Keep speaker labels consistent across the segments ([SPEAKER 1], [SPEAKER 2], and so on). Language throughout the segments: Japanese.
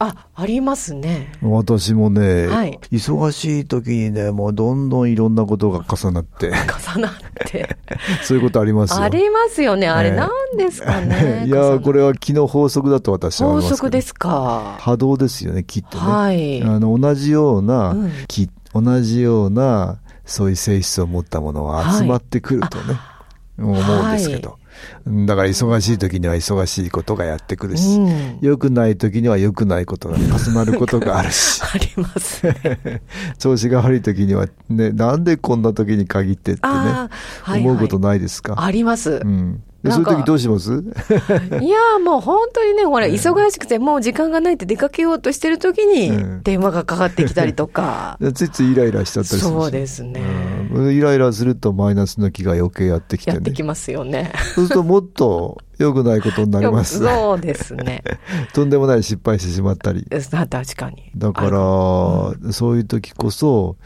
[SPEAKER 1] あ、ありますね。
[SPEAKER 2] 私もね、
[SPEAKER 1] はい
[SPEAKER 2] 忙しい時にねもうどんどんいろんなことが重なって
[SPEAKER 1] 重なって。
[SPEAKER 2] そういうことありますよ
[SPEAKER 1] ありますよね。あれ、
[SPEAKER 2] ええ。
[SPEAKER 1] なんですかね
[SPEAKER 2] いや
[SPEAKER 1] 重な
[SPEAKER 2] ーこれは気の法則だと私は思い
[SPEAKER 1] 法
[SPEAKER 2] ますけど
[SPEAKER 1] 則ですか。
[SPEAKER 2] 波動ですよね気ってね、
[SPEAKER 1] はい。
[SPEAKER 2] あの同じような
[SPEAKER 1] うん
[SPEAKER 2] 気、同じようなそういう性質を持ったものは集まってくるとね、思うんですけど、うんだから忙しい時には忙しいことがやってくるし、
[SPEAKER 1] うん
[SPEAKER 2] 良くない時には良くないことが重なることがある し
[SPEAKER 1] あり ますね。
[SPEAKER 2] 調子が悪い時にはねなんでこんな時に限ってってね、
[SPEAKER 1] あーはいはい
[SPEAKER 2] 思うことないですか、
[SPEAKER 1] あります
[SPEAKER 2] う。ん、で
[SPEAKER 1] な
[SPEAKER 2] そうんいう
[SPEAKER 1] か
[SPEAKER 2] 時どうします
[SPEAKER 1] いやーもう本当にね、ほら、忙しくて、もう時間がないって出かけようとしてる時
[SPEAKER 2] うん。
[SPEAKER 1] に、電話がかかってきたりとか
[SPEAKER 2] ついついイライラしちゃったりするし
[SPEAKER 1] そうですね。
[SPEAKER 2] うんイライラするとマイナスの気が余計やってきて
[SPEAKER 1] や
[SPEAKER 2] ね
[SPEAKER 1] ってきますよね。
[SPEAKER 2] そうするともっと良くないことになります。
[SPEAKER 1] そうですね。
[SPEAKER 2] とんでもない失敗してしまったり。
[SPEAKER 1] あ確かに。
[SPEAKER 2] だから、そういう時こそ、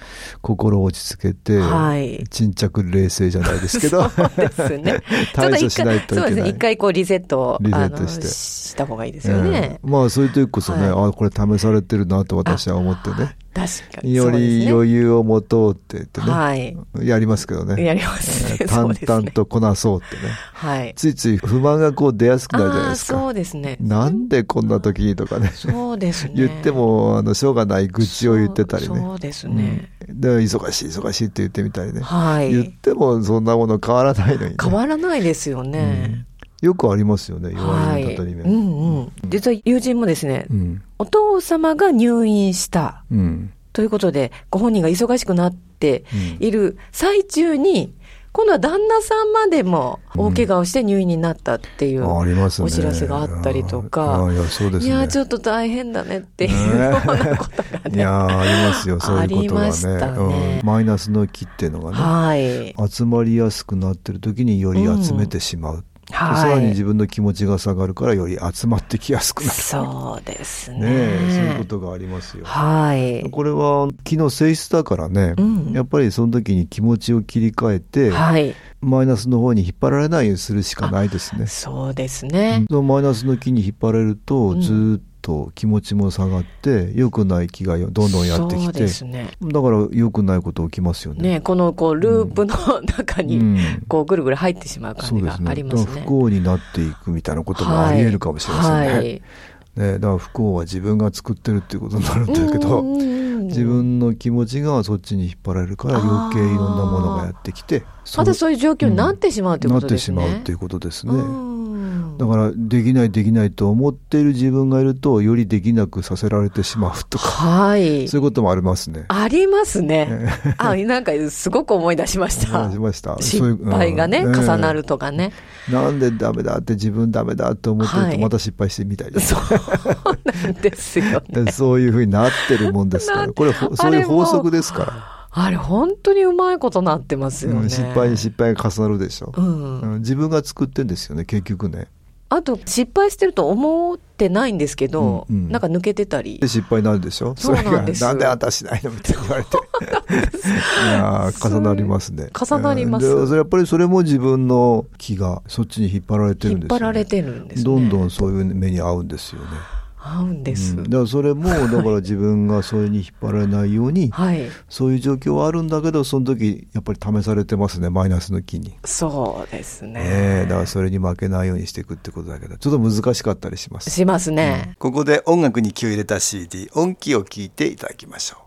[SPEAKER 2] 心を落ち着けて、
[SPEAKER 1] はい
[SPEAKER 2] 沈着冷静じゃないですけど、。
[SPEAKER 1] そうですねちょ っ
[SPEAKER 2] 対
[SPEAKER 1] と
[SPEAKER 2] 処
[SPEAKER 1] 一
[SPEAKER 2] しない
[SPEAKER 1] 回、
[SPEAKER 2] といけ
[SPEAKER 1] そ
[SPEAKER 2] な
[SPEAKER 1] う
[SPEAKER 2] い。
[SPEAKER 1] ですね。一回こうリセットを
[SPEAKER 2] リセッ
[SPEAKER 1] あ
[SPEAKER 2] ト
[SPEAKER 1] の
[SPEAKER 2] して
[SPEAKER 1] した方がいいですよね。
[SPEAKER 2] うんまあそういう時こそね、
[SPEAKER 1] は
[SPEAKER 2] あ、これ試されてるなと私は思ってね、
[SPEAKER 1] 確かに。
[SPEAKER 2] より
[SPEAKER 1] そう
[SPEAKER 2] 余裕を持とうって言って
[SPEAKER 1] です
[SPEAKER 2] ね、
[SPEAKER 1] ね。はい。
[SPEAKER 2] やりますけどね。
[SPEAKER 1] やりますね
[SPEAKER 2] えー
[SPEAKER 1] そう
[SPEAKER 2] 淡
[SPEAKER 1] ですね
[SPEAKER 2] 々とこなそうってね。
[SPEAKER 1] はい。
[SPEAKER 2] ついつい不満がこう出やすくなるじゃない
[SPEAKER 1] ああー、
[SPEAKER 2] ですか。
[SPEAKER 1] そうですね。
[SPEAKER 2] なんでこんな時にとかね。
[SPEAKER 1] そうですね。
[SPEAKER 2] 言っても、あの、しょうがない愚痴を言ってたりね。
[SPEAKER 1] そうそうですね。
[SPEAKER 2] うんで、忙しい、忙しいって言ってみたりね。
[SPEAKER 1] はい。
[SPEAKER 2] 言っても、そんなもの変わらないのに、ね。
[SPEAKER 1] 変わらないですよね。
[SPEAKER 2] よくありますよね、弱
[SPEAKER 1] はい
[SPEAKER 2] の
[SPEAKER 1] い。
[SPEAKER 2] たたり目。
[SPEAKER 1] う。んうん。実は友人もですね
[SPEAKER 2] う、ん。
[SPEAKER 1] お父様が入院した
[SPEAKER 2] うん。
[SPEAKER 1] ということで、ご本人が忙しくなっている最中に、今度は旦那さんまでも大怪我をして入院になったっていう、
[SPEAKER 2] あありますね。
[SPEAKER 1] お知らせがあったりと
[SPEAKER 2] あ
[SPEAKER 1] か
[SPEAKER 2] あ、いや、そうです
[SPEAKER 1] い
[SPEAKER 2] ね。
[SPEAKER 1] やーちょ
[SPEAKER 2] っ
[SPEAKER 1] っと大変だねっていうようなことが
[SPEAKER 2] い
[SPEAKER 1] ね。
[SPEAKER 2] やー、ありますよ、そういうこと
[SPEAKER 1] ありました
[SPEAKER 2] がね。
[SPEAKER 1] ね
[SPEAKER 2] うんマイナスの気っていうのがね。
[SPEAKER 1] はい。
[SPEAKER 2] 集まりやすくなってる時により集めてしまう。でさらに
[SPEAKER 1] は
[SPEAKER 2] 自分の気持ちが下がるからより集まってきやすく
[SPEAKER 1] い。
[SPEAKER 2] なる。
[SPEAKER 1] そうですね。
[SPEAKER 2] ねえ、そういうことがありますよ。
[SPEAKER 1] はい。
[SPEAKER 2] これは気の性質だからね、
[SPEAKER 1] うん
[SPEAKER 2] やっぱりその時に気持ちを切り替えて、
[SPEAKER 1] はい。
[SPEAKER 2] マイナスの方に引っ張られないようにするしかないですね。
[SPEAKER 1] そうです
[SPEAKER 2] うん
[SPEAKER 1] ね。
[SPEAKER 2] そのマイナスの気に引っ張られると、
[SPEAKER 1] うん
[SPEAKER 2] ずーっと気持ちも下がって良くない気がよどんどんやって
[SPEAKER 1] そ
[SPEAKER 2] き
[SPEAKER 1] う
[SPEAKER 2] て、
[SPEAKER 1] ですね。
[SPEAKER 2] だから良くないこと起きますよね。
[SPEAKER 1] ねこのこうループの中
[SPEAKER 2] う
[SPEAKER 1] に、
[SPEAKER 2] ん
[SPEAKER 1] こうぐるぐる入ってしまう
[SPEAKER 2] そ
[SPEAKER 1] 感
[SPEAKER 2] う
[SPEAKER 1] じ
[SPEAKER 2] で
[SPEAKER 1] が
[SPEAKER 2] すね。
[SPEAKER 1] あります
[SPEAKER 2] だから
[SPEAKER 1] ね
[SPEAKER 2] 不。幸になっていくみたいなこともあり得るかもしれませんね。
[SPEAKER 1] はい。
[SPEAKER 2] ねだから不幸は自分が作ってるっていうことになるんだけど、
[SPEAKER 1] うんうんうん
[SPEAKER 2] 自分の気持ちがそっちに引っ張られるから余計いろんなものがやってきてそ
[SPEAKER 1] ま
[SPEAKER 2] う
[SPEAKER 1] たそういう状況になってしまうという
[SPEAKER 2] な
[SPEAKER 1] こ
[SPEAKER 2] っ
[SPEAKER 1] と
[SPEAKER 2] て
[SPEAKER 1] です
[SPEAKER 2] し
[SPEAKER 1] ね。
[SPEAKER 2] まうっていうことですね。
[SPEAKER 1] うん
[SPEAKER 2] だからできないできないと思っている自分がいるとよりできなくさせられてしまうとか
[SPEAKER 1] はい。
[SPEAKER 2] そういうこともありますね。
[SPEAKER 1] ありますね。あ、なんかすごく思い出しまし
[SPEAKER 2] 思い
[SPEAKER 1] た
[SPEAKER 2] 出 し。ましたそういう
[SPEAKER 1] 失敗がね、
[SPEAKER 2] うん
[SPEAKER 1] 重なるとかね。
[SPEAKER 2] ええなんでダメだって自分ダメだって思ってる
[SPEAKER 1] は
[SPEAKER 2] と
[SPEAKER 1] い
[SPEAKER 2] また失敗してみたいです、
[SPEAKER 1] そうなんですよね
[SPEAKER 2] で。そういうふうになってるもんです から
[SPEAKER 1] な
[SPEAKER 2] これほそういう法則ですか
[SPEAKER 1] あれ、本当にうまいことなってます
[SPEAKER 2] ら、
[SPEAKER 1] よ
[SPEAKER 2] う
[SPEAKER 1] ね。
[SPEAKER 2] ん失敗に失敗が重なるでしょ、
[SPEAKER 1] うん
[SPEAKER 2] うん自分が作ってんですよね結局ね
[SPEAKER 1] あと、失敗してると思ってないんですけど、
[SPEAKER 2] うんうん
[SPEAKER 1] なんか抜けてたり
[SPEAKER 2] で。失敗になるでしょ
[SPEAKER 1] そうなんです
[SPEAKER 2] れがなんであんたしないのみたいに言われ ていやー重なりますね
[SPEAKER 1] 重なります
[SPEAKER 2] うんでそれやっぱりそれも自分の気がそっちに引っ張られてるんで
[SPEAKER 1] 引っ
[SPEAKER 2] すよ、ね、
[SPEAKER 1] 張られてるんですね。
[SPEAKER 2] どんどんそういう目に遭うんですよね、
[SPEAKER 1] 合うんです。
[SPEAKER 2] うんだからそれ もだから自分がそれに引っ張られないように
[SPEAKER 1] はい。
[SPEAKER 2] そういう状況はあるんだけどその時やっぱり試されてますねマイナスの気に、ね
[SPEAKER 1] そうです
[SPEAKER 2] え
[SPEAKER 1] ね。
[SPEAKER 2] だからそれに負けないようにしていくってことだけどちょっと難しかったりし ます
[SPEAKER 1] しますね。
[SPEAKER 2] ここで音楽に気を入れた CD 音気を聞いていただきましょう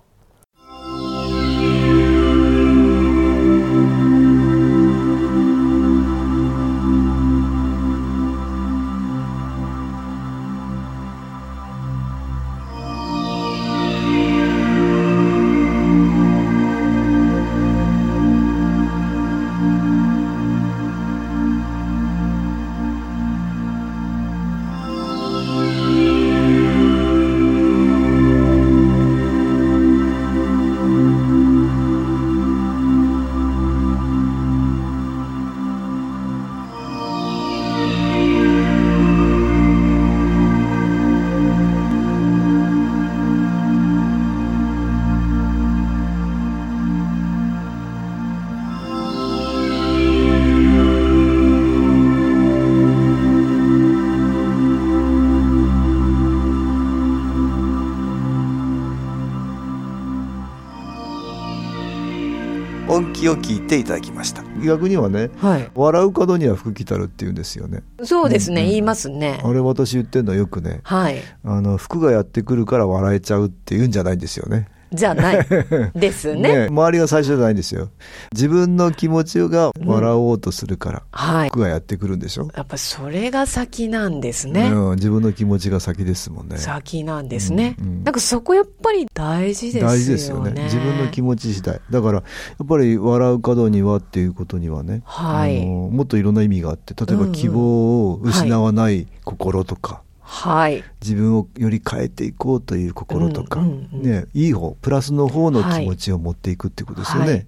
[SPEAKER 3] 本気を聞いていただきました
[SPEAKER 2] 逆にはね
[SPEAKER 1] はい。
[SPEAKER 2] 笑う角には福来たるって言うんですよね
[SPEAKER 1] そうですね、
[SPEAKER 2] うん
[SPEAKER 1] 言いますね。
[SPEAKER 2] あれ私言ってんのよくね
[SPEAKER 1] はい。
[SPEAKER 2] あの服がやってくるから笑えちゃうって言うんじゃないんですよね
[SPEAKER 1] じゃない。で すね。
[SPEAKER 2] 周りが最初じゃないんですよ自分の気持ちが笑おうとするから、
[SPEAKER 1] はい。
[SPEAKER 2] 服がやってくるんでしょ、
[SPEAKER 1] やっぱそれが先なんですね。
[SPEAKER 2] うん、自分の気持ちが先ですもんね
[SPEAKER 1] 先なんですね、
[SPEAKER 2] うんうん
[SPEAKER 1] なんかそこやっぱり大事ですよね。
[SPEAKER 2] 大事ですよね自分の気持ち次第だからやっぱり「笑う角には」っていうことにはね、
[SPEAKER 1] はい
[SPEAKER 2] あのもっといろんな意味があって例え
[SPEAKER 1] うん
[SPEAKER 2] ば
[SPEAKER 1] うん
[SPEAKER 2] 希望を失わない心とか、
[SPEAKER 1] はい。
[SPEAKER 2] 自分をより変えていこうという心とか、
[SPEAKER 1] うんうんうん
[SPEAKER 2] ね、いい方プラスの方の気持ちを持っていくっていうことですよね、
[SPEAKER 1] はい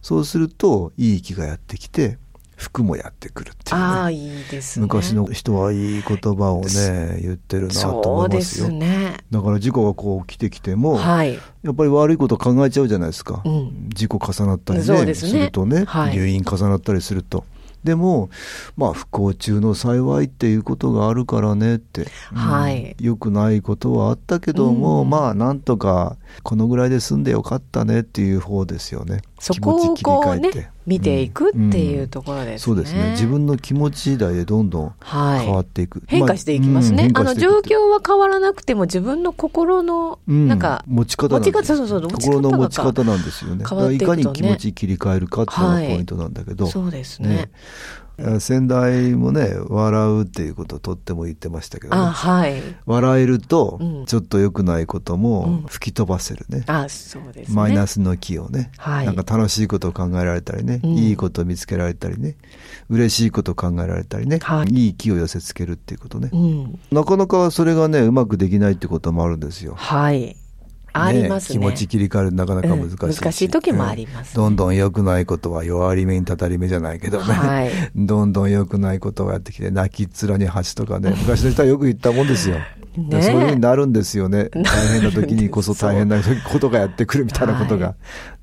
[SPEAKER 2] そうするといい気がやってきて服もやってくるっていうね
[SPEAKER 1] ああ、いいですね。
[SPEAKER 2] 昔の人はいい言葉をね言ってるなと
[SPEAKER 1] そ
[SPEAKER 2] 思
[SPEAKER 1] う
[SPEAKER 2] いま
[SPEAKER 1] です
[SPEAKER 2] よ
[SPEAKER 1] すね。
[SPEAKER 2] だから事故がこう起きてきても、
[SPEAKER 1] はい。
[SPEAKER 2] やっぱり悪いこと考えちゃうじゃないですか、
[SPEAKER 1] うん
[SPEAKER 2] 事故重なったりね
[SPEAKER 1] そうですね
[SPEAKER 2] るとね、
[SPEAKER 1] はい
[SPEAKER 2] 入院重なったりするとでもまあ不幸中の幸いっていうことがあるからねって、うん
[SPEAKER 1] はい
[SPEAKER 2] 良くないことはあったけども、
[SPEAKER 1] うん
[SPEAKER 2] まあなんとかこのぐらいで済んでよかったねっていう方ですよね
[SPEAKER 1] そこを
[SPEAKER 2] 気持ち
[SPEAKER 1] こう
[SPEAKER 2] 切り替えて
[SPEAKER 1] ね、見ていくってい
[SPEAKER 2] ん
[SPEAKER 1] うところですね。
[SPEAKER 2] そうですね自分の気持ち次第でどんどん変わ
[SPEAKER 1] は
[SPEAKER 2] っ
[SPEAKER 1] い。
[SPEAKER 2] ていく、
[SPEAKER 1] 変化していきますね。あの状
[SPEAKER 2] 況
[SPEAKER 1] 況は変わらなくても自分の心の、
[SPEAKER 2] うん
[SPEAKER 1] なんか、
[SPEAKER 2] 持ち方なんです
[SPEAKER 1] 持ち方そうそうそう持ち方
[SPEAKER 2] 心
[SPEAKER 1] が
[SPEAKER 2] の持ち方なんですよね
[SPEAKER 1] 変わっていくと
[SPEAKER 2] だか
[SPEAKER 1] ね
[SPEAKER 2] らいかに気持ち切り替えるかっていうのが
[SPEAKER 1] はい
[SPEAKER 2] ポイントなんだけど、
[SPEAKER 1] そうですね。
[SPEAKER 2] えー先代もね笑うっていうことをとっても言ってましたけど、
[SPEAKER 1] あ
[SPEAKER 2] ね、
[SPEAKER 1] はい。
[SPEAKER 2] 笑えると
[SPEAKER 1] うん
[SPEAKER 2] ちょっと良くないこと
[SPEAKER 1] うん
[SPEAKER 2] も吹き飛ばせるね、
[SPEAKER 1] あそうですね。
[SPEAKER 2] マイナスの気をね、
[SPEAKER 1] はい
[SPEAKER 2] なんか楽しいことを考えられたりね、
[SPEAKER 1] うん
[SPEAKER 2] いいことを見つけられたりね嬉しいことを考えられたりね、
[SPEAKER 1] はい
[SPEAKER 2] いい気を寄せつけるっていうことね、
[SPEAKER 1] うん。
[SPEAKER 2] なかなかそれがねうまくできないってこともあるんですよ。
[SPEAKER 1] はい。あります
[SPEAKER 2] 気
[SPEAKER 1] ね。
[SPEAKER 2] 持ち切り替えるなかなか難しいし、
[SPEAKER 1] うん難しい時もありますね
[SPEAKER 2] うんどんどん良くないことは弱り目にたたり目じゃないけどね、
[SPEAKER 1] はい
[SPEAKER 2] どんどん良くないことをやってきて泣きっ面に蜂とかね昔の人はよく言ったもんですよ。
[SPEAKER 1] ねえ
[SPEAKER 2] そういうふうになるんですよ ね大変な時にこそ
[SPEAKER 1] な
[SPEAKER 2] 大
[SPEAKER 1] るん
[SPEAKER 2] 変なことがやってくるみたいなことが、
[SPEAKER 1] は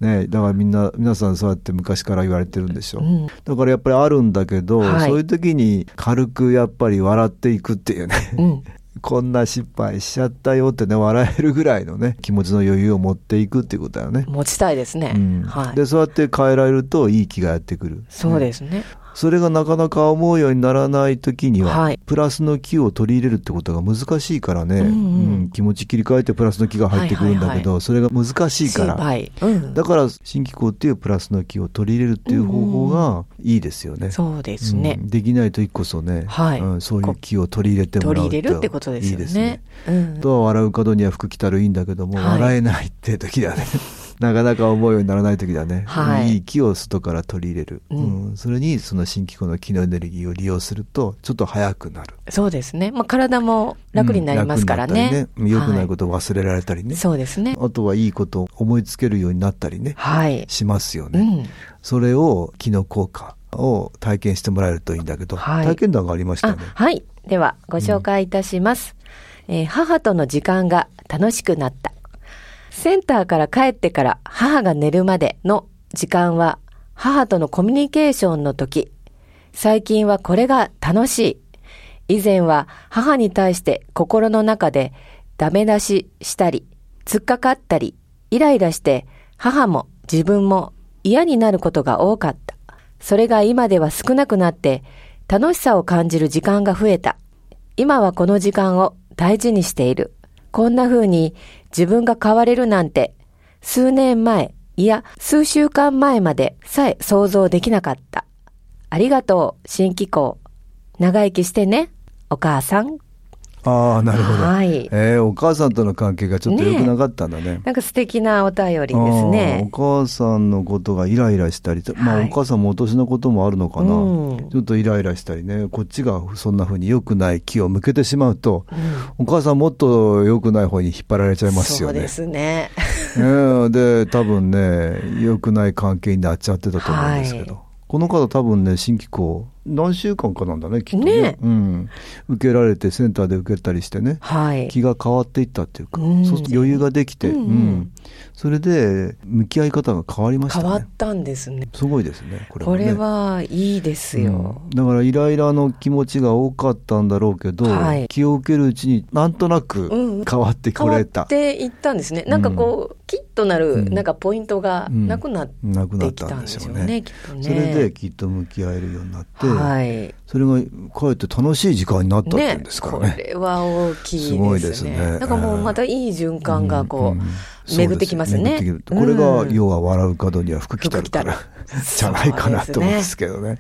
[SPEAKER 2] ねえだからみんな皆さんそうやって昔から言われてるんでしょう、
[SPEAKER 1] うん
[SPEAKER 2] だからやっぱりあるんだけど、
[SPEAKER 1] はい
[SPEAKER 2] そういう時に軽くやっぱり笑っていくっていうね、
[SPEAKER 1] うん。
[SPEAKER 2] こんな失敗しちゃったよってね笑えるぐらいのね気持ちの余裕を持っていくっていうことだよね。
[SPEAKER 1] 持ちたいですね。
[SPEAKER 2] うん
[SPEAKER 1] はい。
[SPEAKER 2] でそうやって変えられるといい気がやってくる
[SPEAKER 1] そう
[SPEAKER 2] ね
[SPEAKER 1] ですね。
[SPEAKER 2] それがなかなか思うようにならない時には、
[SPEAKER 1] はい
[SPEAKER 2] プラスの気を取り入れるってことが難しいからね、
[SPEAKER 1] うんうん
[SPEAKER 2] うん気持ち切り替えてプラスの気が入ってくるんだけど、
[SPEAKER 1] はいはいは
[SPEAKER 2] それが難しいから
[SPEAKER 1] はい。うん。
[SPEAKER 2] だから新機構っていうプラスの気を取り入れるっていう方法がいいですよね。
[SPEAKER 1] そうですね
[SPEAKER 2] う。んできない時こそね、
[SPEAKER 1] はい
[SPEAKER 2] うんそういう気を取り入れても
[SPEAKER 1] 取
[SPEAKER 2] ら
[SPEAKER 1] り
[SPEAKER 2] う
[SPEAKER 1] 入れるってことですよ
[SPEAKER 2] いい
[SPEAKER 1] ね。うん。
[SPEAKER 2] とは笑う角には服着たるいいんだけども、
[SPEAKER 1] はい
[SPEAKER 2] 笑えないって時だね なかなか思うようにならない時だね、
[SPEAKER 1] はい
[SPEAKER 2] い気を外から取り入れる、
[SPEAKER 1] うん
[SPEAKER 2] うんそれにその新機構の気のエネルギーを利用するとちょっと早くなる
[SPEAKER 1] そうですね。まあ体も楽になりますから
[SPEAKER 2] うん
[SPEAKER 1] ね
[SPEAKER 2] 楽。になったりね良くないこととを忘れられたりね、
[SPEAKER 1] そうですね。
[SPEAKER 2] あとはいいことを思いつけるようになったりね
[SPEAKER 1] はい。
[SPEAKER 2] しますよ
[SPEAKER 1] う
[SPEAKER 2] ね、
[SPEAKER 1] ん。
[SPEAKER 2] それを気の効果を体験してもらえるといいんだけど、
[SPEAKER 1] はい
[SPEAKER 2] 体験談がありましたよ
[SPEAKER 1] あ
[SPEAKER 2] ね、
[SPEAKER 1] はい。では、ご紹介いたします、えー母との時間が楽しくなった。センターから帰ってから母が寝るまでの時間は、母とのコミュニケーションの時。最近はこれが楽しい。以前は母に対して心の中でダメ出ししたり、突っかかったり、イライラして母も自分も嫌になることが多かった。それが今では少なくなって、楽しさを感じる時間が増えた。今はこの時間を大事にしている。こんな風に自分が変われるなんて、数年前、いや数週間前までさえ想像できなかった。ありがとう、新機構。長生きしてね、お母さん。
[SPEAKER 2] ああなるほど、
[SPEAKER 1] はい。
[SPEAKER 2] えーお母さんとの関係がちょっと良くなかったんだね
[SPEAKER 1] なんか素敵なお便りですね。
[SPEAKER 2] あーお母さんのことがイライラしたりと、まあ
[SPEAKER 1] はい
[SPEAKER 2] お母さんもお年のこともあるのかな、
[SPEAKER 1] うん
[SPEAKER 2] ちょっとイライラしたりねこっちがそんな風に良くない気を向けてしまうと、お母さんもっと良くない方に引っ張られちゃいます
[SPEAKER 1] そ
[SPEAKER 2] よ
[SPEAKER 1] う
[SPEAKER 2] ね。
[SPEAKER 1] ですね。
[SPEAKER 2] うんで多分ね良くない関係になっちゃってたと思うんですけど、
[SPEAKER 1] は
[SPEAKER 2] この方多分ね新機構何週間かなんだねきっとね
[SPEAKER 1] ね
[SPEAKER 2] うん、受けられてセンターで受けたりしてね、
[SPEAKER 1] はい。
[SPEAKER 2] 気が変わっていったっていうか、
[SPEAKER 1] うん
[SPEAKER 2] そうすると余裕ができて、
[SPEAKER 1] うんうん
[SPEAKER 2] うんそれで向き合い方が変わりました
[SPEAKER 1] 変わっ
[SPEAKER 2] ね。
[SPEAKER 1] たんですね。
[SPEAKER 2] すごいですねこれ
[SPEAKER 1] こ
[SPEAKER 2] はね
[SPEAKER 1] れはいいですよ。
[SPEAKER 2] うんだからイライラの気持ちが多かったんだろうけど、
[SPEAKER 1] はい
[SPEAKER 2] 気を受けるうちになんとなく
[SPEAKER 1] うん
[SPEAKER 2] 変わってこ
[SPEAKER 1] 変わ
[SPEAKER 2] れ、
[SPEAKER 1] ったていったんですね。なんかこう、切っとなる、
[SPEAKER 4] うん
[SPEAKER 1] なんかポイントがなくなっ
[SPEAKER 4] なくな
[SPEAKER 1] て
[SPEAKER 4] っ
[SPEAKER 1] き
[SPEAKER 4] た
[SPEAKER 1] たん
[SPEAKER 4] ん
[SPEAKER 1] で
[SPEAKER 4] で
[SPEAKER 1] し
[SPEAKER 4] し
[SPEAKER 1] ょ
[SPEAKER 4] ょ
[SPEAKER 1] う
[SPEAKER 4] う
[SPEAKER 1] ね
[SPEAKER 4] ね
[SPEAKER 1] きっとね。
[SPEAKER 4] それできっと向き合えるようになって、
[SPEAKER 1] はい、
[SPEAKER 4] それがかえって楽しい時間になったっていうんですからね
[SPEAKER 1] これは大きいですね。
[SPEAKER 4] すごいですね
[SPEAKER 1] なんかもうまたいい循環がこう、巡ってきます
[SPEAKER 4] そ
[SPEAKER 1] ね
[SPEAKER 4] うで巡ってきるこれ
[SPEAKER 1] うん
[SPEAKER 4] が要は笑う角には服着たる から、じゃないかなと思うんですけどね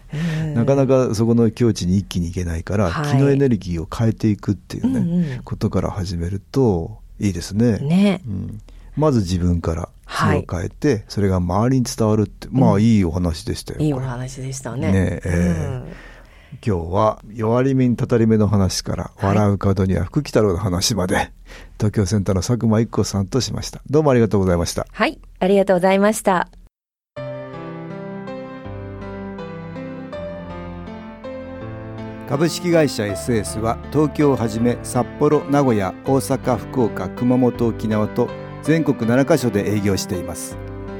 [SPEAKER 4] なか
[SPEAKER 1] か
[SPEAKER 4] なかそこの境地に一気に行けないから、
[SPEAKER 1] はい
[SPEAKER 4] 気のエネルギーを変えていくっていうね、
[SPEAKER 1] うんうん
[SPEAKER 4] ことから始めるといいですね。
[SPEAKER 1] ね
[SPEAKER 4] う。んまず自分からそ
[SPEAKER 1] は
[SPEAKER 4] れ
[SPEAKER 1] い
[SPEAKER 4] を変えて、それが周りに伝わるってまあいいお話でしたよ、
[SPEAKER 1] いいお
[SPEAKER 4] これ
[SPEAKER 1] 話でした
[SPEAKER 4] ね
[SPEAKER 1] ね。
[SPEAKER 4] え今日は弱り目にたたり目の話から、
[SPEAKER 1] はい
[SPEAKER 4] 笑う角には福来太郎の話まで東京センターの佐久間一子さんとしましたどうもありがとうございました
[SPEAKER 1] はい、ありがとうございました。
[SPEAKER 2] 株式会社 SS は東京をはじめ札幌名古屋大阪福岡熊本沖縄と全国7カ所で営業しています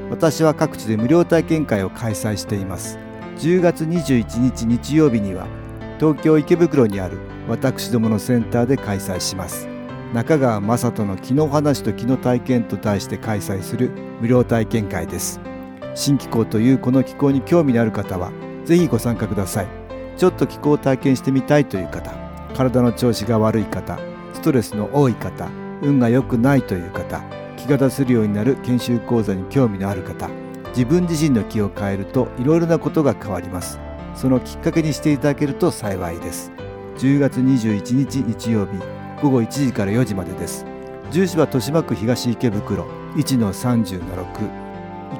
[SPEAKER 2] 私は各地で無料体験会を開催しています10月21日日曜日には東京池袋にある私どものセンターで開催します中川雅人の気の話と気の体験と題して開催する無料体験会です新気候というこの気候に興味のある方はぜひご参加くださいちょっと気候を体験してみたいという方体の調子が悪い方ストレスの多い方運が良くないという方気が出せるようになる研修講座に興味のある方自分自身の気を変えるといろいろなことが変わりますそのきっかけにしていただけると幸いです10月21日日曜日午後1時から4時までです住所は豊島区東池袋1-30-6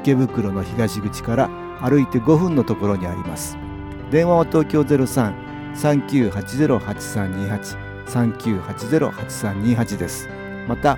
[SPEAKER 2] 池袋の東口から歩いて5分のところにあります電話は東京ゼロ三三九八ゼロ八三二八三九八ゼロ八三二八です。また